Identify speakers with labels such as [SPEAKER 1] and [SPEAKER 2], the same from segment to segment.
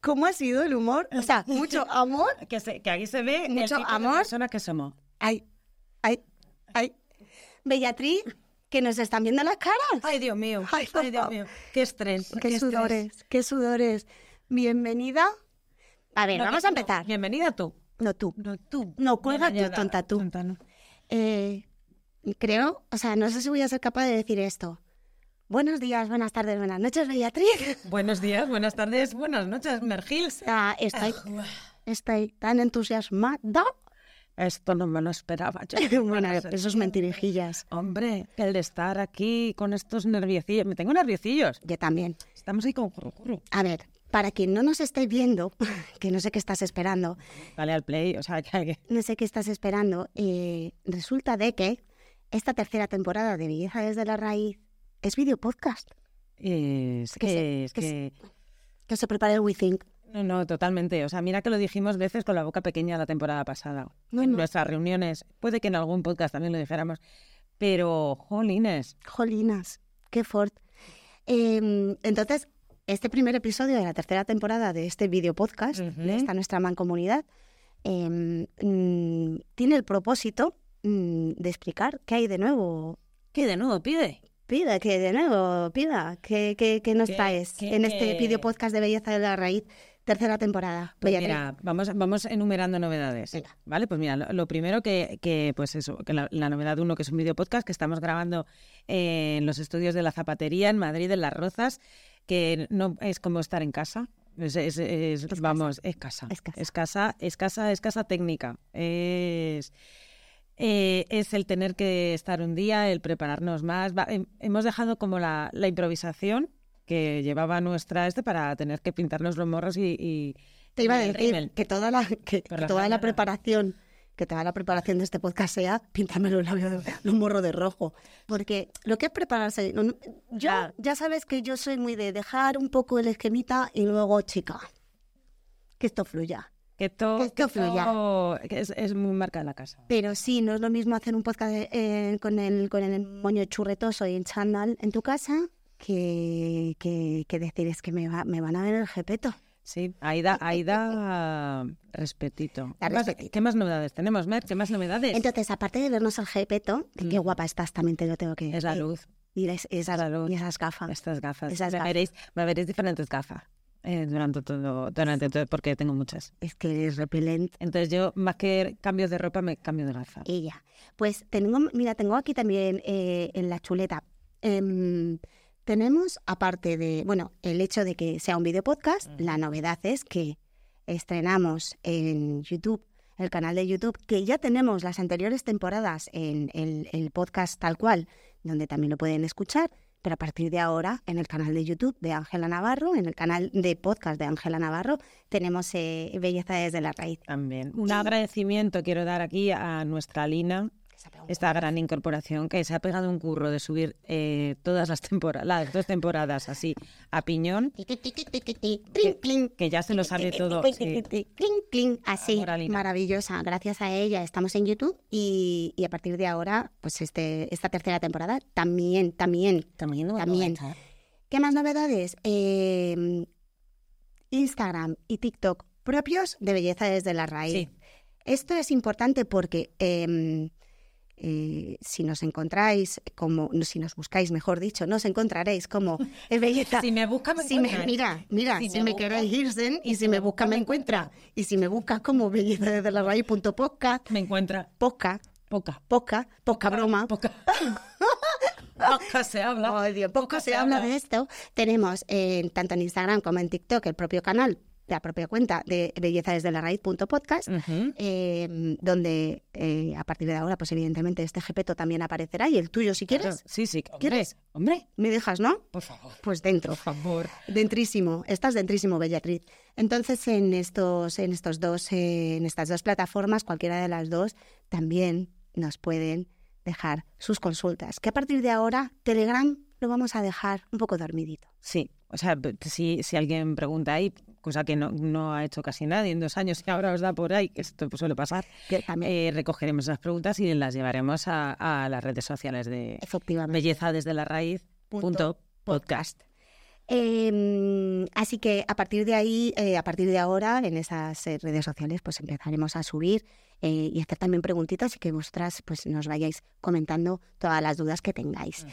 [SPEAKER 1] ¿Cómo ha sido el humor? O sea, mucho amor.
[SPEAKER 2] Que, se- que aquí se ve el
[SPEAKER 1] Mucho
[SPEAKER 2] tipo de
[SPEAKER 1] amor.
[SPEAKER 2] persona que somos.
[SPEAKER 1] Ay, ay, ay. Bellatriz, que nos están viendo las caras.
[SPEAKER 2] Ay, Dios mío.
[SPEAKER 1] Ay,
[SPEAKER 2] Ay,
[SPEAKER 1] por
[SPEAKER 2] Dios
[SPEAKER 1] favor.
[SPEAKER 2] mío. Qué estrés.
[SPEAKER 1] qué
[SPEAKER 2] estrés.
[SPEAKER 1] sudores, qué sudores. Bienvenida. A ver,
[SPEAKER 2] No,
[SPEAKER 1] vamos
[SPEAKER 2] que-
[SPEAKER 1] a empezar.
[SPEAKER 2] Bienvenida tú.
[SPEAKER 1] No tú.
[SPEAKER 2] No, tú.
[SPEAKER 1] No, cuelga tú,
[SPEAKER 2] Bienvenida.
[SPEAKER 1] tonta tú.
[SPEAKER 2] Tonta, no.
[SPEAKER 1] Eh, creo, o sea, no sé si voy a ser capaz de decir esto. Buenos días, buenas tardes, buenas noches, Bellatriz.
[SPEAKER 2] Buenos días, buenas tardes, buenas noches, Mergils.
[SPEAKER 1] Ah, estoy, estoy tan entusiasmada.
[SPEAKER 2] Esto no me lo esperaba yo.
[SPEAKER 1] Bueno, esos mentirijillas.
[SPEAKER 2] Hombre, el de estar aquí con estos nerviecillos. Me tengo nerviecillos.
[SPEAKER 1] Yo también.
[SPEAKER 2] Estamos ahí con curru, curru.
[SPEAKER 1] A ver, para quien no nos esté viendo, que no sé qué estás esperando,
[SPEAKER 2] Dale al play, o sea, que hay que...
[SPEAKER 1] no sé qué estás esperando, eh, resulta de que esta tercera temporada de Belleza desde la Raíz es video podcast. Que
[SPEAKER 2] Es
[SPEAKER 1] se-
[SPEAKER 2] que, es
[SPEAKER 1] que
[SPEAKER 2] que...
[SPEAKER 1] Que se prepara el WeThink.
[SPEAKER 2] No, no, totalmente. O sea, mira que lo dijimos veces con la boca pequeña la temporada pasada.
[SPEAKER 1] No,
[SPEAKER 2] en
[SPEAKER 1] no.
[SPEAKER 2] nuestras reuniones. Puede que en algún podcast también lo dijéramos. Pero, jolines,
[SPEAKER 1] Jolinas, qué fort. Em, entonces, este primer episodio de la tercera temporada de este video podcast,
[SPEAKER 2] Ujú.
[SPEAKER 1] de esta nuestra mancomunidad, em, mm, tiene el propósito mm, de explicar qué hay de nuevo
[SPEAKER 2] ¿qué de nuevo pide?
[SPEAKER 1] Pida, que de nuevo, pida, que, que, que nos
[SPEAKER 2] Que-
[SPEAKER 1] traes
[SPEAKER 2] que-
[SPEAKER 1] en este
[SPEAKER 2] que-
[SPEAKER 1] video podcast de Belleza de la Raíz, tercera temporada. Bellatriz.
[SPEAKER 2] Pues Mira, vamos, vamos enumerando novedades.
[SPEAKER 1] Pues Venga.
[SPEAKER 2] Vale, pues mira, lo, lo primero que, que, pues eso, que la, la novedad uno, que es un video podcast que estamos grabando eh, en los estudios de la zapatería en Madrid, en Las Rozas, que no es como estar en casa. Es, es- es-
[SPEAKER 1] casa.
[SPEAKER 2] vamos, es casa.
[SPEAKER 1] Es casa.
[SPEAKER 2] Es casa, es casa, es casa técnica. Es, eh, es el tener que estar un día, el prepararnos más. Va- hem- hemos dejado como la, la improvisación que llevaba nuestra este para tener que pintarnos los morros y, y-
[SPEAKER 1] Te iba a
[SPEAKER 2] y el
[SPEAKER 1] decir
[SPEAKER 2] rímel.
[SPEAKER 1] que toda la, que,
[SPEAKER 2] Por
[SPEAKER 1] que
[SPEAKER 2] la
[SPEAKER 1] toda la
[SPEAKER 2] mañana.
[SPEAKER 1] preparación, que toda la preparación de este podcast sea píntamelo el labio, de- los morros de rojo. Porque lo que es prepararse, no- no- yo
[SPEAKER 2] Claro.
[SPEAKER 1] ya sabes que yo soy muy de dejar un poco el esquemita y luego, chica, que esto fluya.
[SPEAKER 2] Que todo,
[SPEAKER 1] Que esto fluya.
[SPEAKER 2] es, es muy marca de la casa.
[SPEAKER 1] Pero sí, no es lo mismo hacer un podcast eh, con, el, con el moño churretoso y el chándal en tu casa que, que, que decir es que me, va- me van a ver el jepeto.
[SPEAKER 2] Sí, Aida, Aida, respetito.
[SPEAKER 1] Da
[SPEAKER 2] ¿Qué más-
[SPEAKER 1] respetito.
[SPEAKER 2] ¿Qué más novedades tenemos, Mer? ¿Qué más novedades?
[SPEAKER 1] Entonces, aparte de vernos al jepeto, que qué guapa estás, también te lo tengo que decir.
[SPEAKER 2] Mm. es la luz,
[SPEAKER 1] Y, las- esas-
[SPEAKER 2] la luz.
[SPEAKER 1] y esas gafas.
[SPEAKER 2] estas
[SPEAKER 1] eh, ah,
[SPEAKER 2] gafas.
[SPEAKER 1] Esas
[SPEAKER 2] me,
[SPEAKER 1] gafas.
[SPEAKER 2] Veréis, me veréis diferentes gafas eh, durante todo, durante todo, porque tengo muchas.
[SPEAKER 1] Es que eres repelente.
[SPEAKER 2] Entonces yo, más que cambios de ropa, me cambio de gafa.
[SPEAKER 1] Ella. Pues tengo, mira, tengo aquí también eh, en la chuleta. Em, tenemos, aparte de, bueno, el hecho de que sea un video podcast, la novedad es que estrenamos en YouTube, el canal de YouTube, que ya tenemos las anteriores temporadas en el, el podcast tal cual, donde también lo pueden escuchar, pero a partir de ahora, en el canal de YouTube de Ángela Navarro, en el canal de podcast de Ángela Navarro, tenemos eh, Belleza desde la raíz.
[SPEAKER 2] También. Un agradecimiento quiero dar aquí a nuestra Lina, esta gran incorporación que se ha pegado un curro de subir eh, todas las temporadas, las dos temporadas así, a piñón,
[SPEAKER 1] Ti, ti, ti, ti, ti, ti, ti, trin, plin.
[SPEAKER 2] que ya se
[SPEAKER 1] Eh,
[SPEAKER 2] lo sabe todo. eh, sí.
[SPEAKER 1] Pues, Clink, clink, así,
[SPEAKER 2] Moralina.
[SPEAKER 1] maravillosa. Gracias a ella estamos en YouTube y, y a partir de ahora, pues este, esta tercera temporada también, también.
[SPEAKER 2] También.
[SPEAKER 1] También. ¿Qué más novedades? Eh, Instagram y TikTok propios de Belleza desde la Raíz.
[SPEAKER 2] Sí.
[SPEAKER 1] Esto es importante porque eh, eh, si nos encontráis, como si nos buscáis, mejor dicho, nos encontraréis como eh, Belleza
[SPEAKER 2] Si me busca, me
[SPEAKER 1] si me,
[SPEAKER 2] encuentra.
[SPEAKER 1] mira, mira, si,
[SPEAKER 2] Si
[SPEAKER 1] me,
[SPEAKER 2] me
[SPEAKER 1] queréis irsen y si me busca me encuentra. Y si me buscas como belleza desde la raíz punto podcast,
[SPEAKER 2] Me encuentra.
[SPEAKER 1] podcast,
[SPEAKER 2] Poca.
[SPEAKER 1] podcast, podcast broma.
[SPEAKER 2] Poca. Poca se habla.
[SPEAKER 1] Oh, Dios, poco se habla de esto. Tenemos eh, tanto en Instagram como en TikTok el propio canal de la propia cuenta de belleza desde la raíz.podcast,
[SPEAKER 2] Ujú.
[SPEAKER 1] eh, donde eh, a partir de ahora, pues evidentemente este Gepeto también aparecerá y el tuyo si
[SPEAKER 2] Claro,
[SPEAKER 1] quieres.
[SPEAKER 2] Sí, sí. Hombre,
[SPEAKER 1] ¿Quieres?
[SPEAKER 2] hombre,
[SPEAKER 1] ¿Me dejas, no?
[SPEAKER 2] por favor,
[SPEAKER 1] Pues
[SPEAKER 2] por
[SPEAKER 1] dentro.
[SPEAKER 2] favor.
[SPEAKER 1] Dentrísimo, estás dentrísimo, Bellatriz. Entonces, en estos, en estos dos, eh, en estas dos plataformas, cualquiera de las dos, también nos pueden dejar sus consultas. Que a partir de ahora, Telegram lo vamos a dejar un poco dormidito.
[SPEAKER 2] Sí, o sea, p- si, si alguien pregunta ahí, cosa que no, no ha hecho casi nadie en dos años y ahora os da por ahí, que esto pues, suele pasar,
[SPEAKER 1] Que también,
[SPEAKER 2] eh, recogeremos las preguntas y las llevaremos a, a las redes sociales de
[SPEAKER 1] efectivamente.
[SPEAKER 2] belleza desde la raíz. Punto podcast.
[SPEAKER 1] Eh, así que a partir de ahí, eh, a partir de ahora, en esas eh, redes sociales, pues empezaremos a subir eh, y hacer también preguntitas y que vosotras pues, nos vayáis comentando todas las dudas que tengáis.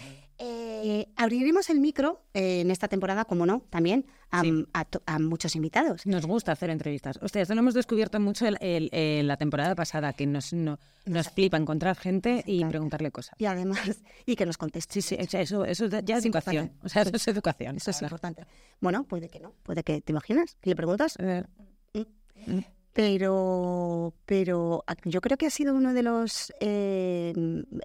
[SPEAKER 1] Eh, abriremos el micro eh, en esta temporada, como no, también a,
[SPEAKER 2] Sí.
[SPEAKER 1] a to- a muchos invitados.
[SPEAKER 2] Nos gusta hacer entrevistas. Hostia, esto lo hemos descubierto mucho el- el- el- la temporada pasada, que nos, no- nos flipa encontrar gente y
[SPEAKER 1] Exacto.
[SPEAKER 2] preguntarle cosas.
[SPEAKER 1] Y además, y que nos contesten.
[SPEAKER 2] Sí, sí, o sea, eso, eso ya es
[SPEAKER 1] Sí,
[SPEAKER 2] educación.
[SPEAKER 1] importante.
[SPEAKER 2] O sea, eso es educación.
[SPEAKER 1] Eso es
[SPEAKER 2] Ahora.
[SPEAKER 1] importante. Bueno, puede que no, puede que te imaginas, que le preguntas,
[SPEAKER 2] Eh,
[SPEAKER 1] pero, pero a- yo creo que ha sido uno de los eh,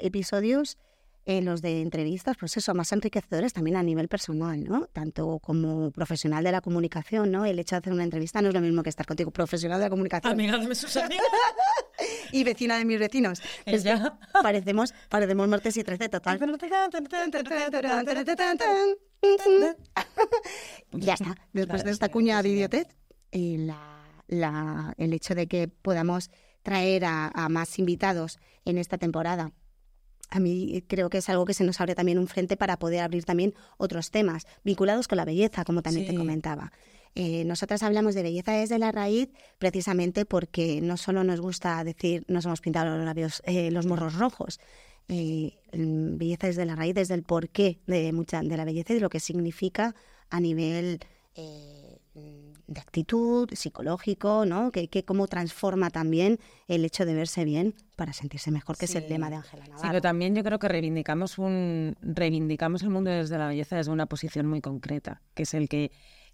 [SPEAKER 1] episodios en los de entrevistas, pues eso, más enriquecedores también a nivel personal, ¿no? Tanto como profesional de la comunicación, ¿no? El hecho de hacer una entrevista no es lo mismo que estar contigo, profesional de la comunicación
[SPEAKER 2] Amiga de sus amigas.
[SPEAKER 1] y vecina de mis vecinos. Es que
[SPEAKER 2] Ya.
[SPEAKER 1] parecemos, parecemos martes y 13 total. Ya está. Después de esta cuña de idiotez, eh, la- la- el hecho de que podamos traer a, a más invitados en esta temporada, a mí creo que es algo que se nos abre también un frente para poder abrir también otros temas vinculados con la belleza, como también
[SPEAKER 2] Sí.
[SPEAKER 1] te comentaba. Eh, nosotras hablamos de belleza desde la raíz precisamente porque no solo nos gusta decir nos hemos pintado los labios, eh, los morros rojos, eh, mm, belleza desde la raíz, desde el porqué de, mucha, de la belleza y de lo que significa a nivel eh, mm, de actitud, psicológico, ¿no? Que, que cómo transforma también el hecho de verse bien para sentirse mejor, que es el lema de Ángela
[SPEAKER 2] Sí, pero
[SPEAKER 1] Navarro.
[SPEAKER 2] también yo creo que reivindicamos un reivindicamos el mundo desde la belleza desde una posición muy concreta, que es el que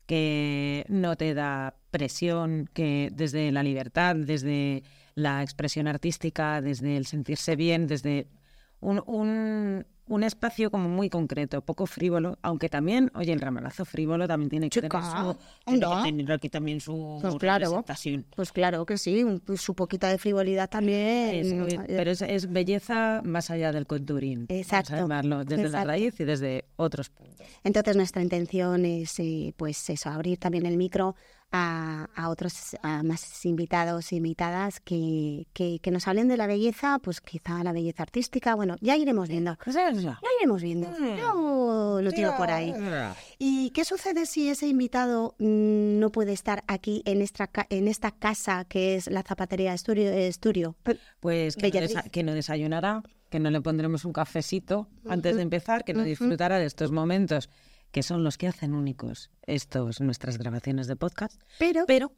[SPEAKER 2] que no te da presión, que desde la libertad, desde la expresión artística, desde el sentirse bien, desde un, un, un espacio como muy concreto, poco frívolo, aunque también, oye, el ramalazo frívolo también tiene que
[SPEAKER 1] Chica,
[SPEAKER 2] tener su, tiene
[SPEAKER 1] anda.
[SPEAKER 2] que tener aquí también su
[SPEAKER 1] Pues claro.
[SPEAKER 2] representación.
[SPEAKER 1] pues claro que sí, un- su poquita de frivolidad también.
[SPEAKER 2] Es,
[SPEAKER 1] mm,
[SPEAKER 2] eh,
[SPEAKER 1] eh,
[SPEAKER 2] pero es, es belleza más allá del conturín.
[SPEAKER 1] Exacto,
[SPEAKER 2] Vamos a llamarlo desde la
[SPEAKER 1] exacto.
[SPEAKER 2] raíz y desde otros puntos.
[SPEAKER 1] Entonces nuestra intención es, eh, pues eso, abrir también el micro a, a otros a más invitados e invitadas que, que, que nos hablen de la belleza, pues quizá la belleza artística, bueno, ya iremos viendo,
[SPEAKER 2] O sea, o sea,
[SPEAKER 1] ya iremos viendo, yo lo tiro por ahí. ¿Y qué sucede si ese invitado mm, no puede estar aquí en esta, ca- en esta casa que es la zapatería Esturio? eh, Esturio?
[SPEAKER 2] Pues que no,
[SPEAKER 1] Bellatriz.
[SPEAKER 2] desa- que no desayunará, que no le pondremos un cafecito antes de empezar, que no disfrutará de estos momentos que son los que hacen únicos estos nuestras grabaciones de podcast.
[SPEAKER 1] Pero,
[SPEAKER 2] Pero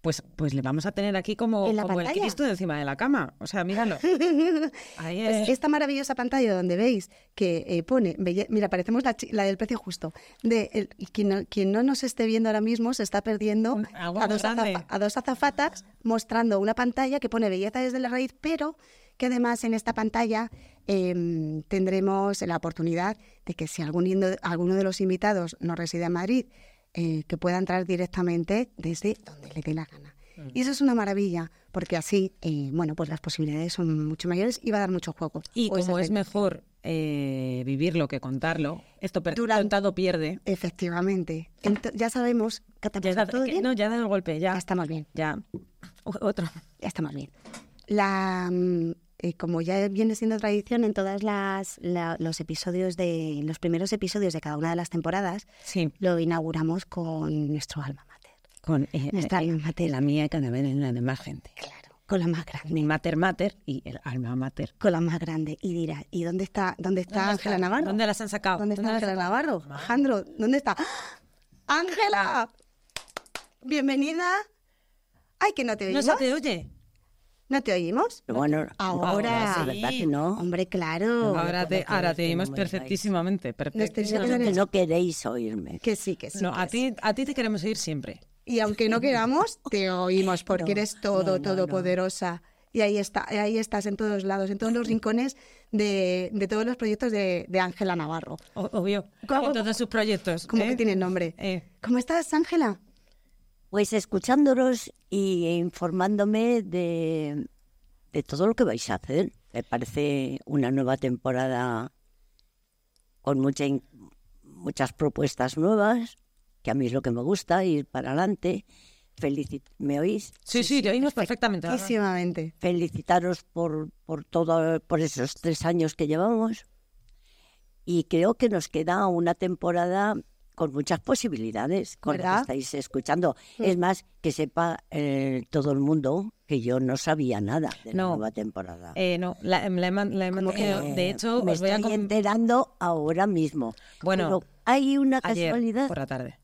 [SPEAKER 2] pues, pues le vamos a tener aquí como,
[SPEAKER 1] En la
[SPEAKER 2] como el
[SPEAKER 1] pantalla.
[SPEAKER 2] Cristo encima de la cama. O sea, míralo. Ahí es.
[SPEAKER 1] Pues esta maravillosa pantalla donde veis que eh, pone, belle- mira, parecemos la, chi- la del precio justo, de el- quien, no, quien no nos esté viendo ahora mismo se está perdiendo
[SPEAKER 2] Un- algo
[SPEAKER 1] a
[SPEAKER 2] muy
[SPEAKER 1] dos, azafa-
[SPEAKER 2] grande.
[SPEAKER 1] a dos azafatas mostrando una pantalla que pone belleza desde la raíz, pero que además en esta pantalla em, tendremos la oportunidad de que si algún indo- alguno de los invitados no reside en Madrid, eh, que pueda entrar directamente desde donde le dé la gana. Y eso es una maravilla, porque así, eh, bueno, pues las posibilidades son mucho mayores y va a dar mucho juego. Pues
[SPEAKER 2] Y
[SPEAKER 1] O esa
[SPEAKER 2] como es
[SPEAKER 1] gente.
[SPEAKER 2] mejor eh, vivirlo que contarlo, esto per-
[SPEAKER 1] Durante-
[SPEAKER 2] contado pierde.
[SPEAKER 1] Efectivamente. Ento- ya sabemos que te
[SPEAKER 2] Ya
[SPEAKER 1] ha
[SPEAKER 2] has dado-
[SPEAKER 1] pasado todo
[SPEAKER 2] que-
[SPEAKER 1] bien.
[SPEAKER 2] No, ya da el golpe, ya.
[SPEAKER 1] Ya estamos bien.
[SPEAKER 2] Ya. O- Otro.
[SPEAKER 1] ya estamos bien. La, mm, eh, como ya viene siendo tradición en todas las la- los episodios de los primeros episodios de cada una de las temporadas,
[SPEAKER 2] Sí.
[SPEAKER 1] lo inauguramos con nuestro alma mater,
[SPEAKER 2] Con eh,
[SPEAKER 1] Nuestra
[SPEAKER 2] eh,
[SPEAKER 1] alma mater.
[SPEAKER 2] la mía y cada vez en la de más gente.
[SPEAKER 1] claro, con la más grande,
[SPEAKER 2] Mi mater mater y el alma mater.
[SPEAKER 1] con la más grande y dirás, ¿y dónde está dónde está Ángela Navarro?
[SPEAKER 2] ¿Dónde las han sacado?
[SPEAKER 1] ¿Dónde está
[SPEAKER 2] las-
[SPEAKER 1] Ángela Navarro? Alejandro, ¿dónde está? ¡Ah! ¡Ángela! Bienvenida. Ay, que no te
[SPEAKER 2] No
[SPEAKER 1] oímos.
[SPEAKER 2] se te oye.
[SPEAKER 1] ¿No te oímos?
[SPEAKER 3] Bueno,
[SPEAKER 1] Ahora.
[SPEAKER 3] sí, ¿verdad que no?
[SPEAKER 1] Hombre, claro.
[SPEAKER 3] No,
[SPEAKER 2] Ahora te,
[SPEAKER 3] Recuerda que
[SPEAKER 2] ahora
[SPEAKER 3] yo
[SPEAKER 2] te
[SPEAKER 3] estoy
[SPEAKER 2] oímos
[SPEAKER 3] muy raíz.
[SPEAKER 2] perfectísimamente.
[SPEAKER 1] Nos
[SPEAKER 2] Perfecto.
[SPEAKER 1] tenemos
[SPEAKER 3] Que
[SPEAKER 1] que-
[SPEAKER 3] no queréis oírme.
[SPEAKER 1] Que sí, que sí.
[SPEAKER 2] No,
[SPEAKER 1] que
[SPEAKER 2] a
[SPEAKER 1] sí.
[SPEAKER 2] ti, a ti te queremos oír siempre.
[SPEAKER 1] Y aunque no queramos, te oímos porque
[SPEAKER 3] No,
[SPEAKER 1] eres todo,
[SPEAKER 3] no, no,
[SPEAKER 1] todopoderosa. Y ahí, está, ahí estás en todos lados, en todos los rincones de, de todos los proyectos de de Ángela Navarro.
[SPEAKER 2] O- Obvio.
[SPEAKER 1] ¿Cómo-
[SPEAKER 2] En todos sus proyectos.
[SPEAKER 1] ¿Cómo
[SPEAKER 2] ¿eh?
[SPEAKER 1] que tiene nombre?
[SPEAKER 2] Eh,
[SPEAKER 1] ¿Cómo estás, Ángela?
[SPEAKER 3] Pues escuchándolos y informándome de, de todo lo que vais a hacer. Me parece una nueva temporada con mucha in- muchas propuestas nuevas, que a mí es lo que me gusta, ir para adelante. Felicit ¿Me oís?
[SPEAKER 2] Sí, sí, te oímos perfectamente.
[SPEAKER 1] Muchísimamente.
[SPEAKER 3] felicitaros por, por todo por esos tres años que llevamos y creo que nos queda una temporada con muchas posibilidades con lo que
[SPEAKER 1] ¿Verdad?
[SPEAKER 3] estáis escuchando es más que sepa eh, todo el mundo que yo no sabía nada de
[SPEAKER 2] No.
[SPEAKER 3] la nueva temporada
[SPEAKER 2] Eh, no, la, la he man- la he mantenido.
[SPEAKER 3] Eh,
[SPEAKER 2] de hecho,
[SPEAKER 3] me
[SPEAKER 2] os voy a
[SPEAKER 3] estoy
[SPEAKER 2] com-
[SPEAKER 3] enterando ahora mismo
[SPEAKER 2] Bueno,
[SPEAKER 3] Pero hay una
[SPEAKER 2] ayer
[SPEAKER 3] casualidad
[SPEAKER 2] por la tarde.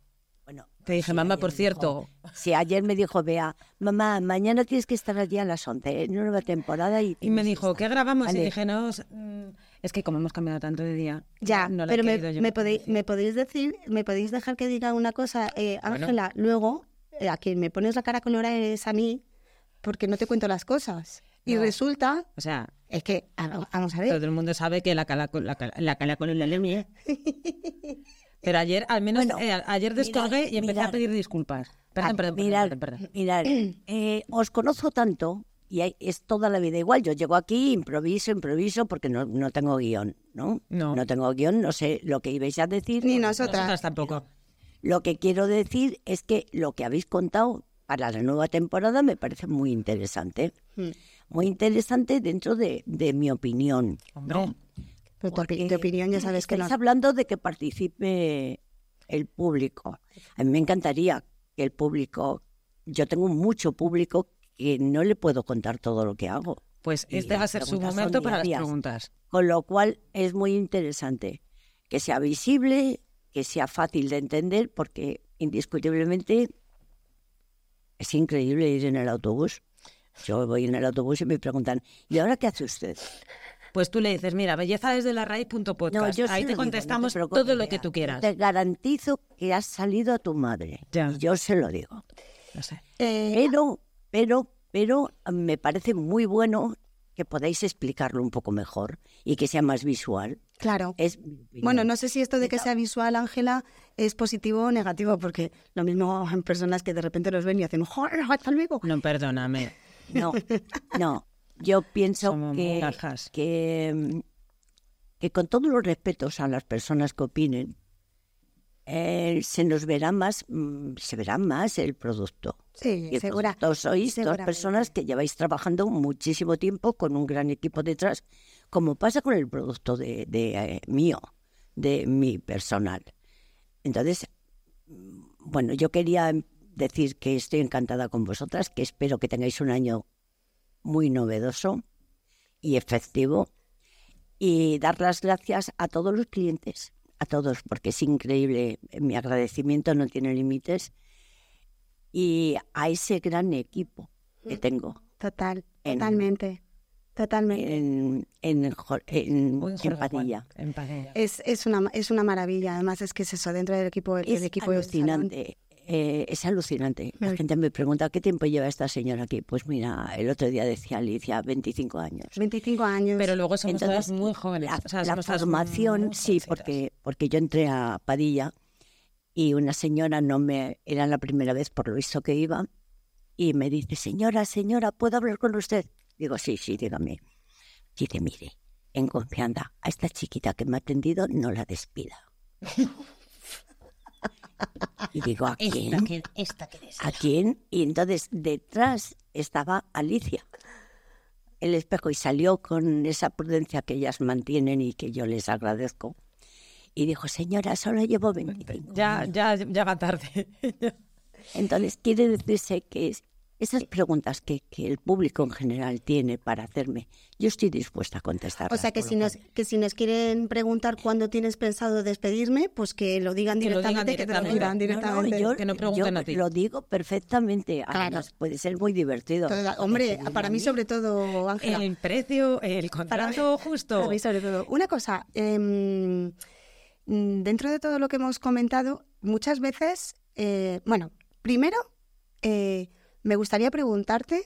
[SPEAKER 3] Bueno,
[SPEAKER 2] Te dije,
[SPEAKER 3] sí,
[SPEAKER 2] mamá,
[SPEAKER 3] ayer
[SPEAKER 2] por
[SPEAKER 3] me
[SPEAKER 2] cierto.
[SPEAKER 3] dijo- sí, ayer me dijo Bea, mamá, mañana tienes que estar allí a las 11, en nueva temporada. Y,
[SPEAKER 2] Y me
[SPEAKER 3] tienes que
[SPEAKER 2] dijo, ¿qué
[SPEAKER 3] estar".
[SPEAKER 2] grabamos? Y
[SPEAKER 3] Vale.
[SPEAKER 2] dije, no, os- mm, es que como hemos cambiado tanto de día.
[SPEAKER 1] Ya,
[SPEAKER 2] no la he
[SPEAKER 1] pero me,
[SPEAKER 2] querido yo
[SPEAKER 1] me podéis,
[SPEAKER 2] decir.
[SPEAKER 1] me podéis decir, me podéis dejar que diga una cosa, eh, Ángela, luego eh, a quien me pones la cara colorada es a mí, porque no te cuento las cosas. Y
[SPEAKER 2] No.
[SPEAKER 1] resulta,
[SPEAKER 2] O sea,
[SPEAKER 1] es que, a- vamos a ver,
[SPEAKER 2] todo el mundo sabe que la cala la cala, la cala con la leña. Pero ayer, al menos,
[SPEAKER 3] Bueno, Ah,
[SPEAKER 2] eh, a- ayer descolgué y empecé a
[SPEAKER 3] mirar.
[SPEAKER 2] pedir disculpas. Perdón, perdón, perdón,
[SPEAKER 3] Mirar,
[SPEAKER 2] perdón, perdón.
[SPEAKER 3] mirar, eh, os conozco tanto y hay- es toda la vida igual. Yo llego aquí, improviso, improviso, porque no, no tengo guión, ¿no?
[SPEAKER 2] No.
[SPEAKER 3] tengo guión, no sé lo que ibais a decir.
[SPEAKER 1] ni nosotras.
[SPEAKER 2] Nosotras tampoco.
[SPEAKER 3] Lo que quiero decir es que lo que habéis contado para la nueva temporada me parece muy interesante.
[SPEAKER 1] Mm.
[SPEAKER 3] Muy interesante dentro de, de mi opinión.
[SPEAKER 2] No.
[SPEAKER 1] Pero tu, opi-
[SPEAKER 3] porque
[SPEAKER 1] tu Pues opinión ya sabes que no.
[SPEAKER 3] Estáis hablando de que participe el público. A mí me encantaría que el público. Yo tengo mucho público que no le puedo contar todo lo que hago.
[SPEAKER 2] Pues
[SPEAKER 3] Y
[SPEAKER 2] este va a
[SPEAKER 3] las
[SPEAKER 2] ser su
[SPEAKER 3] preguntas son
[SPEAKER 2] momento para las
[SPEAKER 3] diarias.
[SPEAKER 2] preguntas.
[SPEAKER 3] Con lo cual es muy interesante que sea visible, que sea fácil de entender, porque indiscutiblemente es increíble ir en el autobús. Yo voy en el autobús y me preguntan, ¿y ahora qué hace usted?
[SPEAKER 2] Pues tú le dices, mira, belleza desde la raíz punto podcast.
[SPEAKER 3] No, yo sí
[SPEAKER 2] Ahí
[SPEAKER 3] lo
[SPEAKER 2] te
[SPEAKER 3] digo, no te
[SPEAKER 2] contestamos
[SPEAKER 3] preocupes,
[SPEAKER 2] todo lo que
[SPEAKER 3] Bea.
[SPEAKER 2] tú quieras.
[SPEAKER 3] Te garantizo que has salido a tu madre.
[SPEAKER 2] Ya.
[SPEAKER 3] Y yo se lo digo.
[SPEAKER 2] No sé.
[SPEAKER 1] Eh,
[SPEAKER 3] Pero, pero, pero me parece muy bueno que podáis explicarlo un poco mejor y que sea más visual.
[SPEAKER 1] claro.
[SPEAKER 3] Es mi opinión.
[SPEAKER 1] Bueno, no sé si esto de que sea visual, Ángela, es positivo o negativo, porque lo mismo en personas que de repente los ven y hacen, ¡joder, hasta luego!
[SPEAKER 2] No, perdóname.
[SPEAKER 3] No, no. Yo pienso
[SPEAKER 2] Somos muy
[SPEAKER 3] que,
[SPEAKER 2] gajas.
[SPEAKER 3] que, mm, que con todos los respetos a las personas que opinen, eh, se nos verá más, mm, se verá más el producto.
[SPEAKER 1] Sí,
[SPEAKER 2] pues
[SPEAKER 3] Y
[SPEAKER 1] segura.
[SPEAKER 3] vosotros sois dos
[SPEAKER 1] seguramente.
[SPEAKER 3] personas que lleváis trabajando muchísimo tiempo con un gran equipo detrás, como pasa con el producto de, de, eh, mío, de mi personal. Entonces, mm, bueno, yo quería em, decir que estoy encantada con vosotras, que espero que tengáis un año muy novedoso y efectivo, y dar las gracias a todos los clientes, a todos, porque es increíble, mi agradecimiento no tiene límites y a ese gran equipo que tengo
[SPEAKER 1] Total,
[SPEAKER 3] En-
[SPEAKER 1] totalmente, totalmente.
[SPEAKER 3] en, en, Jo- en-
[SPEAKER 2] Uy,
[SPEAKER 3] en
[SPEAKER 2] Jorge Juan,
[SPEAKER 3] Padilla.
[SPEAKER 2] En Padilla.
[SPEAKER 3] Eh,
[SPEAKER 1] Es, es, una, es una maravilla, además es que es eso, dentro del equipo, el,
[SPEAKER 3] Es
[SPEAKER 1] equipo del salón.
[SPEAKER 3] alucinante. eh, es alucinante. La
[SPEAKER 1] Mm.
[SPEAKER 3] gente me pregunta, ¿qué tiempo lleva esta señora aquí? Pues mira, el otro día decía Alicia, 25 años.
[SPEAKER 1] 25 años.
[SPEAKER 2] Pero luego somos todas
[SPEAKER 3] Entonces,
[SPEAKER 2] muy jóvenes.
[SPEAKER 3] La,
[SPEAKER 2] o sea,
[SPEAKER 3] la
[SPEAKER 2] somos todas muy
[SPEAKER 3] formación, sí,
[SPEAKER 2] jovencitas.
[SPEAKER 3] porque, porque yo entré a Padilla y una señora no me. Era la primera vez por lo visto que iba y me dice: Señora, señora, ¿puedo hablar con usted? Digo: Sí, sí, dígame. Dice: Mire, en confianza, a esta chiquita que me ha atendido no la despida. y digo: ¿A quién? ¿A quién? Y entonces detrás estaba Alicia, el espejo, y salió con esa prudencia que ellas mantienen y que yo les agradezco. Y dijo, señora, solo llevo 25.
[SPEAKER 2] Ya, ya, ya va tarde.
[SPEAKER 3] Pues Entonces quiere decirse que es- Esas preguntas que, que el público en general tiene para hacerme, yo estoy dispuesta a contestar.
[SPEAKER 1] O sea, que si, nos, que si nos quieren preguntar cuándo tienes pensado despedirme, pues que lo digan
[SPEAKER 2] Que lo digan
[SPEAKER 1] directamente, que, te lo
[SPEAKER 2] directamente.
[SPEAKER 1] dirán directamente.
[SPEAKER 3] yo,
[SPEAKER 2] que no pregunten
[SPEAKER 3] yo
[SPEAKER 2] a ti.
[SPEAKER 3] Lo digo perfectamente. Además, puede ser muy divertido.
[SPEAKER 1] Toda- hombre,
[SPEAKER 3] Despedirme
[SPEAKER 1] para
[SPEAKER 3] a
[SPEAKER 1] mí sobre todo, Ángela.
[SPEAKER 2] El precio, el contrato justo.
[SPEAKER 1] Para mí, sobre todo. Una cosa, em, mm, dentro de todo lo que hemos comentado, muchas veces, eh, bueno, primero, eh, me gustaría preguntarte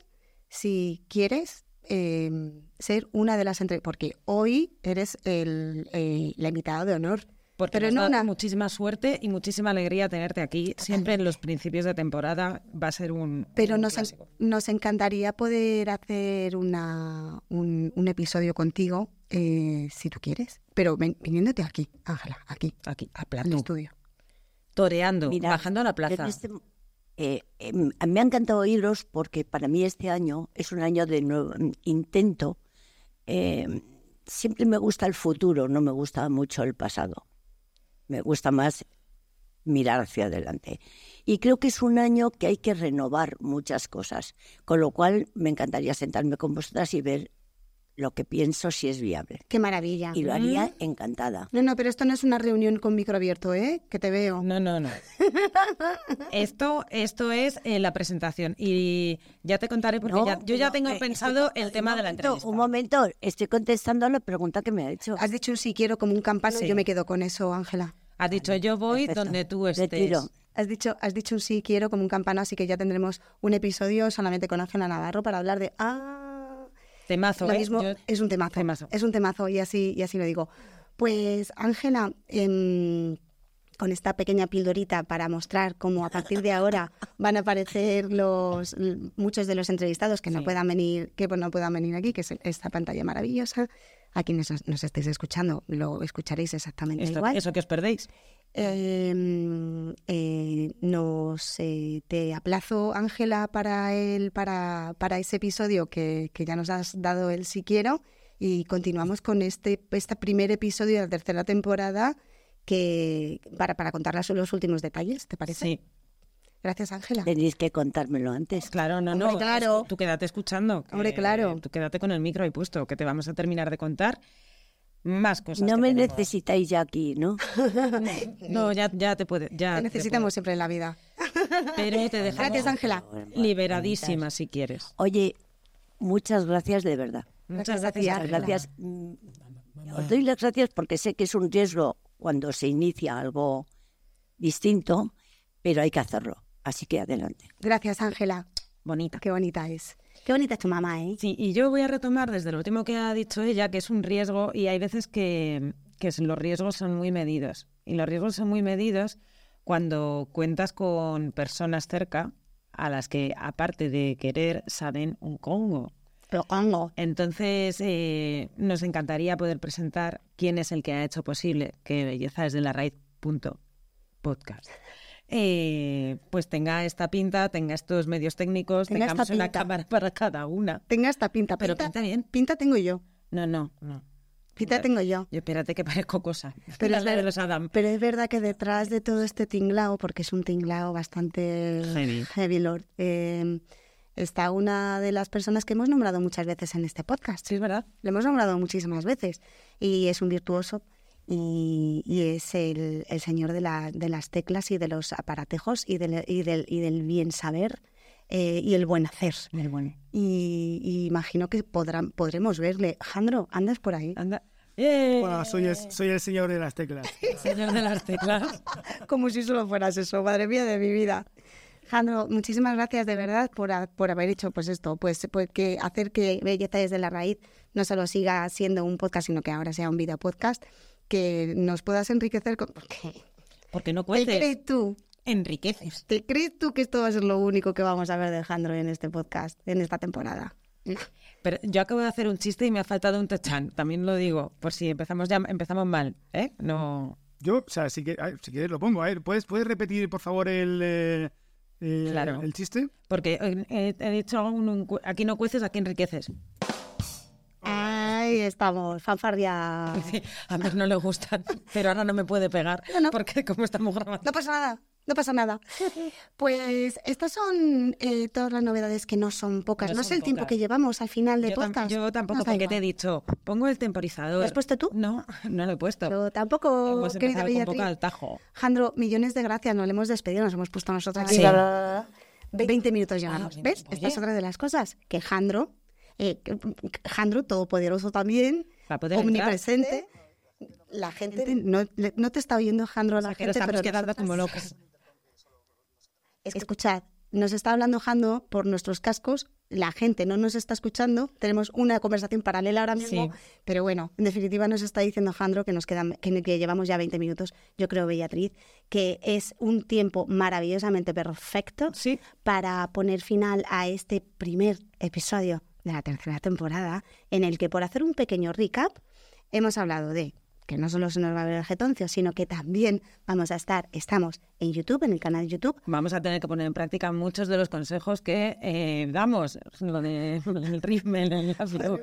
[SPEAKER 1] si quieres em, ser una de las entrevistas, porque hoy eres el, eh, la invitada de honor.
[SPEAKER 2] Porque
[SPEAKER 1] pero
[SPEAKER 2] nos
[SPEAKER 1] no
[SPEAKER 2] da
[SPEAKER 1] una-
[SPEAKER 2] muchísima suerte y muchísima alegría tenerte aquí. Siempre en los principios de temporada va a ser un.
[SPEAKER 1] Pero
[SPEAKER 2] un
[SPEAKER 1] nos, en-
[SPEAKER 2] clásico.
[SPEAKER 1] nos encantaría poder hacer una, un, un episodio contigo, eh, si tú quieres, pero ven- viniéndote aquí, Ángela, aquí,
[SPEAKER 2] Aquí, a
[SPEAKER 1] al
[SPEAKER 2] plato.
[SPEAKER 1] estudio.
[SPEAKER 2] Toreando,
[SPEAKER 3] Mira,
[SPEAKER 2] bajando a la
[SPEAKER 3] en
[SPEAKER 2] plaza.
[SPEAKER 3] este- eh, em, me ha encantado oíros porque para mí este año es un año de nuevo mm, intento. Eh, siempre me gusta el futuro, no me gusta mucho el pasado. Me gusta más mirar hacia adelante. Y creo que es un año que hay que renovar muchas cosas, con lo cual me encantaría sentarme con vosotras y ver lo que pienso si es viable.
[SPEAKER 1] Qué maravilla.
[SPEAKER 3] Y lo haría encantada.
[SPEAKER 1] No, no, pero esto no es una reunión con micro abierto, ¿eh? Que te veo.
[SPEAKER 2] No, no, no. Esto, esto es eh, la presentación. Y ya te contaré porque
[SPEAKER 3] No,
[SPEAKER 2] ya- yo ya
[SPEAKER 3] no,
[SPEAKER 2] tengo
[SPEAKER 3] eh,
[SPEAKER 2] pensado el tema de la entrevista. Ah,
[SPEAKER 3] Un momento, estoy contestando a la pregunta que me ha hecho.
[SPEAKER 1] Has dicho un sí quiero como un campano, yo me quedo con eso, Ángela.
[SPEAKER 2] Has dicho yo voy
[SPEAKER 3] Perfecto.
[SPEAKER 2] donde tú
[SPEAKER 3] De
[SPEAKER 2] estés.
[SPEAKER 3] tiro.
[SPEAKER 1] Has dicho, has dicho un sí quiero como un campano, así que ya tendremos un episodio solamente con Ángela Navarro para hablar de ah,
[SPEAKER 2] Temazo,
[SPEAKER 1] lo
[SPEAKER 2] ¿eh?
[SPEAKER 1] mismo
[SPEAKER 2] Yo-
[SPEAKER 1] es un temazo,
[SPEAKER 2] Temazo.
[SPEAKER 1] Es un temazo y así, y así lo digo. Pues Ángela, em, con esta pequeña pildorita para mostrar cómo a partir de ahora van a aparecer los l- muchos de los entrevistados que no puedan venir, que no puedan venir aquí, que es esta pantalla maravillosa. A quienes os- nos estéis escuchando, lo escucharéis exactamente
[SPEAKER 2] esto-
[SPEAKER 1] igual.
[SPEAKER 2] eso que os perdéis.
[SPEAKER 1] Eh, eh, nos eh, te aplazo, Ángela, para el, para, para ese episodio que, que ya nos has dado el si quiero. Y continuamos con este, este primer episodio de la tercera temporada que para, para contarles los últimos detalles, ¿te parece?
[SPEAKER 2] Sí.
[SPEAKER 1] Gracias, Ángela.
[SPEAKER 3] Tenéis que contármelo antes.
[SPEAKER 2] Claro, no,
[SPEAKER 1] Hombre,
[SPEAKER 2] no.
[SPEAKER 1] claro.
[SPEAKER 2] es- Tú quédate escuchando. que-
[SPEAKER 1] Hombre, claro.
[SPEAKER 2] Tú quédate con el micro ahí puesto, que te vamos a terminar de contar más cosas.
[SPEAKER 3] No
[SPEAKER 2] que
[SPEAKER 3] me
[SPEAKER 2] tenemos.
[SPEAKER 3] necesitáis ya aquí, ¿no?
[SPEAKER 2] No, ya, ya te puede. Ya
[SPEAKER 1] Te
[SPEAKER 2] te
[SPEAKER 1] necesitamos siempre en la vida.
[SPEAKER 2] puede. Pero te dejamos
[SPEAKER 1] Gracias, Ángela.
[SPEAKER 2] liberadísima si quieres.
[SPEAKER 3] Oye, muchas gracias de verdad.
[SPEAKER 2] Muchas
[SPEAKER 1] Gracias a ti,
[SPEAKER 2] gracias.
[SPEAKER 3] Las
[SPEAKER 1] Ángela.
[SPEAKER 3] gracias. mm, Os doy las gracias porque sé que es un riesgo cuando se inicia algo distinto, pero hay que hacerlo. Así que adelante.
[SPEAKER 1] Gracias, Ángela.
[SPEAKER 2] Bonita.
[SPEAKER 1] Qué bonita es. Qué bonita es tu mamá, ¿eh?
[SPEAKER 2] Sí, y yo voy a retomar desde lo último que ha dicho ella, que es un riesgo, y hay veces que, que es- los riesgos son muy medidos. Y los riesgos son muy medidos cuando cuentas con personas cerca a las que, aparte de querer, saben un congo.
[SPEAKER 1] Pero Congo.
[SPEAKER 2] Entonces, eh, nos encantaría poder presentar quién es el que ha hecho posible que Belleza desde la Raíz punto podcast. eh, pues tenga esta pinta, tenga estos medios técnicos,
[SPEAKER 1] Tenga esta
[SPEAKER 2] tengamos una
[SPEAKER 1] pinta.
[SPEAKER 2] cámara para cada una.
[SPEAKER 1] Tenga esta pinta,
[SPEAKER 2] Pero
[SPEAKER 1] pinta-
[SPEAKER 2] pinta bien.
[SPEAKER 1] Pinta tengo yo.
[SPEAKER 2] No, no, no.
[SPEAKER 1] Pinta tengo yo.
[SPEAKER 2] Yo espérate que parezco cosa.
[SPEAKER 1] Pero
[SPEAKER 2] La
[SPEAKER 1] es,
[SPEAKER 2] de
[SPEAKER 1] ver-
[SPEAKER 2] los Adam.
[SPEAKER 1] pero es verdad que detrás de todo este tinglao, porque es un tinglao bastante
[SPEAKER 2] Heavy.
[SPEAKER 1] lord, eh, está una de las personas que hemos nombrado muchas veces en este podcast.
[SPEAKER 2] Sí, es verdad.
[SPEAKER 1] Lo hemos nombrado muchísimas veces y es un virtuoso y, y es el, el señor de, la- de las teclas y de los aparatejos y del, y del, y del bien saber eh, y el buen hacer. Y, y imagino que podrán, podremos verle. Jandro, andas por ahí
[SPEAKER 2] Anda. ¡Eh!
[SPEAKER 4] Hola, soy el, soy el señor de las teclas.
[SPEAKER 2] Señor de las teclas.
[SPEAKER 1] como si solo fueras eso, madre mía de mi vida. Jandro, muchísimas gracias de verdad por, ha- por haber hecho pues esto, pues, pues que hacer que Belleza desde la raíz no solo siga siendo un podcast, sino que ahora sea un video podcast, que nos puedas enriquecer con... Porque,
[SPEAKER 2] Porque no
[SPEAKER 1] ¿Te
[SPEAKER 2] cuentes.
[SPEAKER 1] crees tú?
[SPEAKER 2] Enriqueces.
[SPEAKER 1] ¿Te crees tú que esto va a ser lo único que vamos a ver de Jandro en este podcast, en esta temporada?
[SPEAKER 2] Pero yo acabo de hacer un chiste y me ha faltado un tachan. También lo digo, por si empezamos ya empezamos mal, ¿eh? No.
[SPEAKER 4] Yo, o sea, si, que- ay, si quieres lo pongo. A ver, ¿puedes, puedes repetir, por favor, el, eh, eh,
[SPEAKER 2] Claro.
[SPEAKER 4] el chiste?
[SPEAKER 2] Porque eh, eh, he dicho un- un cu- aquí no cueces, aquí enriqueces.
[SPEAKER 1] Ahí estamos, fanfarria.
[SPEAKER 2] Sí, a mí no le gustan, pero ahora no me puede pegar
[SPEAKER 1] No, no.
[SPEAKER 2] porque como estamos grabando.
[SPEAKER 1] No pasa nada, no pasa nada. Pues estas son eh, todas las novedades que no son pocas.
[SPEAKER 2] No
[SPEAKER 1] No,
[SPEAKER 2] son
[SPEAKER 1] sé el tiempo
[SPEAKER 2] pocas.
[SPEAKER 1] que llevamos al final de
[SPEAKER 2] yo, tam-
[SPEAKER 1] podcast.
[SPEAKER 2] yo tampoco,
[SPEAKER 1] Nos da
[SPEAKER 2] porque te he
[SPEAKER 1] igual.
[SPEAKER 2] dicho, pongo el temporizador.
[SPEAKER 1] ¿Lo has puesto tú?
[SPEAKER 2] No, no lo he puesto.
[SPEAKER 1] Yo tampoco,
[SPEAKER 2] Hemos
[SPEAKER 1] querida
[SPEAKER 2] empezado con
[SPEAKER 1] Beatriz.
[SPEAKER 2] boca al tajo.
[SPEAKER 1] Jandro, millones de gracias, no le hemos despedido, nos hemos puesto nosotros aquí.
[SPEAKER 2] Sí.
[SPEAKER 1] bla, bla, bla, bla. 20 minutos llevamos.
[SPEAKER 2] veinte.
[SPEAKER 1] ¿Ves?
[SPEAKER 2] Oye.
[SPEAKER 1] Esta es otra de las cosas. Que Jandro, eh, que- que Jandro, todopoderoso también,
[SPEAKER 2] Va a poder entrar.
[SPEAKER 1] omnipresente. La gente no, le- no te está oyendo, Jandro, la
[SPEAKER 2] Pero
[SPEAKER 1] gente,
[SPEAKER 2] estamos
[SPEAKER 1] pero
[SPEAKER 2] quedando
[SPEAKER 1] nosotras-
[SPEAKER 2] como locos.
[SPEAKER 1] Es- Escuchad, nos está hablando Jando por nuestros cascos, la gente no nos está escuchando, tenemos una conversación paralela ahora mismo,
[SPEAKER 2] Sí.
[SPEAKER 1] pero bueno, en definitiva nos está diciendo Jandro que nos quedan, que, que llevamos ya 20 minutos, yo creo, Beatriz, que es un tiempo maravillosamente perfecto
[SPEAKER 2] Sí,
[SPEAKER 1] para poner final a este primer episodio de la tercera temporada, en el que por hacer un pequeño recap, hemos hablado de que no solo se nos va a ver el getoncio, sino que también vamos a estar, estamos en YouTube, en el canal de YouTube,
[SPEAKER 2] vamos a tener que poner en práctica muchos de los consejos que eh, damos. Lo de el rímel, el, afro,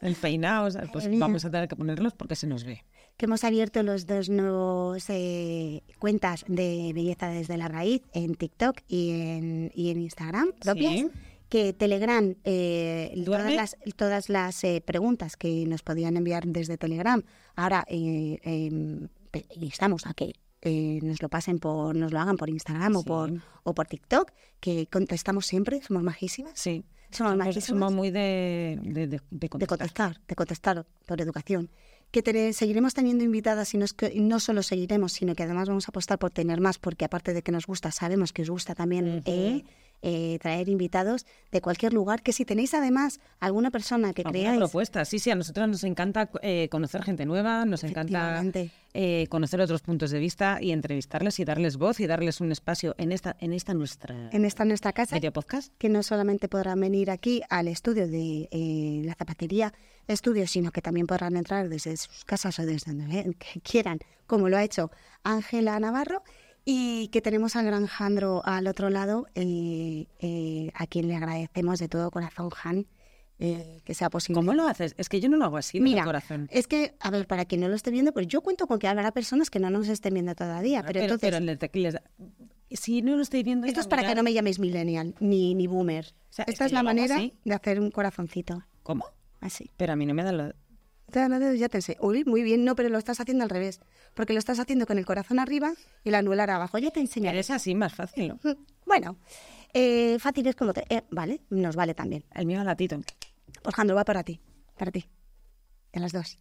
[SPEAKER 2] el peinado, o sea, pues
[SPEAKER 1] Madre mía.
[SPEAKER 2] vamos a tener que ponerlos porque se nos ve.
[SPEAKER 1] que hemos abierto los dos nuevos eh, cuentas de belleza desde la raíz en TikTok y en, y en Instagram propias.
[SPEAKER 2] Sí.
[SPEAKER 1] Que Telegram, eh, todas
[SPEAKER 2] ¿Duerme?
[SPEAKER 1] las, todas las eh, preguntas que nos podían enviar desde Telegram, ahora eh, eh, pe- instamos a que eh, nos lo pasen por, nos lo hagan por Instagram o
[SPEAKER 2] Sí.
[SPEAKER 1] por o por TikTok, que contestamos siempre, somos majísimas,
[SPEAKER 2] Sí.
[SPEAKER 1] somos
[SPEAKER 2] Pues
[SPEAKER 1] majísimas
[SPEAKER 2] somos muy de, de, de- de
[SPEAKER 1] de
[SPEAKER 2] contestar.
[SPEAKER 1] contestar, de contestar por educación. Que tene- seguiremos teniendo invitadas y no, es que- y no solo seguiremos, sino que además vamos a apostar por tener más, porque aparte de que nos gusta, sabemos que os gusta también eh, eh, traer invitados de cualquier lugar. Que si tenéis además alguna persona que
[SPEAKER 2] Alguna
[SPEAKER 1] creáis
[SPEAKER 2] propuesta. Sí, sí, a nosotros nos encanta eh, conocer gente nueva, nos encanta
[SPEAKER 1] Efectivamente.
[SPEAKER 2] eh, conocer otros puntos de vista y entrevistarles y darles voz y darles un espacio en esta, en esta nuestra
[SPEAKER 1] en esta nuestra casa,
[SPEAKER 2] medio podcast.
[SPEAKER 1] que no solamente podrán venir aquí al estudio de eh, la zapatería estudio, sino que también podrán entrar desde sus casas o desde donde eh, que quieran, como lo ha hecho Ángela Navarro, y que tenemos al gran Jandro al otro lado, eh, eh, a quien le agradecemos de todo corazón, Han, eh, que sea posible.
[SPEAKER 2] ¿Cómo lo haces? Es que yo no lo hago así de
[SPEAKER 1] Mira, eh,
[SPEAKER 2] corazón.
[SPEAKER 1] es que, a ver, para quien no lo esté viendo, pues yo cuento con que habrá personas que no nos estén viendo todavía, pero, entonces,
[SPEAKER 2] Ah, pero le- te- les- si no lo estoy viendo...
[SPEAKER 1] esto es para que no me llaméis millennial ni, ni boomer.
[SPEAKER 2] sea, es
[SPEAKER 1] Esta
[SPEAKER 2] que
[SPEAKER 1] es
[SPEAKER 2] yo
[SPEAKER 1] la
[SPEAKER 2] lo hago
[SPEAKER 1] manera
[SPEAKER 2] así.
[SPEAKER 1] de hacer un corazoncito,
[SPEAKER 2] ¿Cómo?
[SPEAKER 1] así.
[SPEAKER 2] Pero a mí no me da lo...
[SPEAKER 1] Ya, no, ya te sé. Uy, muy bien, no, pero lo estás haciendo al revés. Porque lo estás haciendo con el corazón arriba y la anular abajo. Ya te enseñaré.
[SPEAKER 2] Eres así más fácil, ¿no?
[SPEAKER 1] Mm, Bueno, eh, fácil es como te. eh, vale, nos vale también.
[SPEAKER 2] El mío latito.
[SPEAKER 1] Pues Jandro, va para ti. Para ti. En las dos.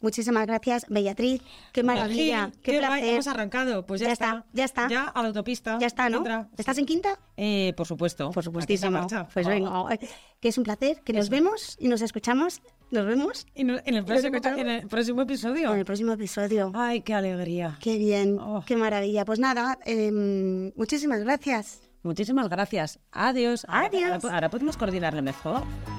[SPEAKER 1] Muchísimas gracias, Bellatriz. Qué maravilla.
[SPEAKER 2] Magil,
[SPEAKER 1] Qué,
[SPEAKER 2] guay,
[SPEAKER 1] placer.
[SPEAKER 2] Hemos arrancado, pues ya,
[SPEAKER 1] Ya está, ya está.
[SPEAKER 2] Ya a la autopista.
[SPEAKER 1] Ya está, ¿no?
[SPEAKER 2] Entra.
[SPEAKER 1] ¿Estás en quinta?
[SPEAKER 2] Eh, por supuesto.
[SPEAKER 1] Por
[SPEAKER 2] Aquí
[SPEAKER 1] supuestísimo.
[SPEAKER 2] se marcha.
[SPEAKER 1] Pues
[SPEAKER 2] Oh.
[SPEAKER 1] venga. ay, Que es un placer, que nos vemos y nos escuchamos. Nos vemos
[SPEAKER 2] Y no- en, el próximo,
[SPEAKER 1] escuchamos?
[SPEAKER 2] en el próximo episodio.
[SPEAKER 1] en el próximo episodio.
[SPEAKER 2] Ay, qué alegría.
[SPEAKER 1] Qué bien,
[SPEAKER 2] Oh.
[SPEAKER 1] qué maravilla. Pues nada, em, muchísimas gracias.
[SPEAKER 2] Muchísimas gracias. Adiós.
[SPEAKER 1] Adiós.
[SPEAKER 2] Ahora, ahora podemos coordinarlo mejor.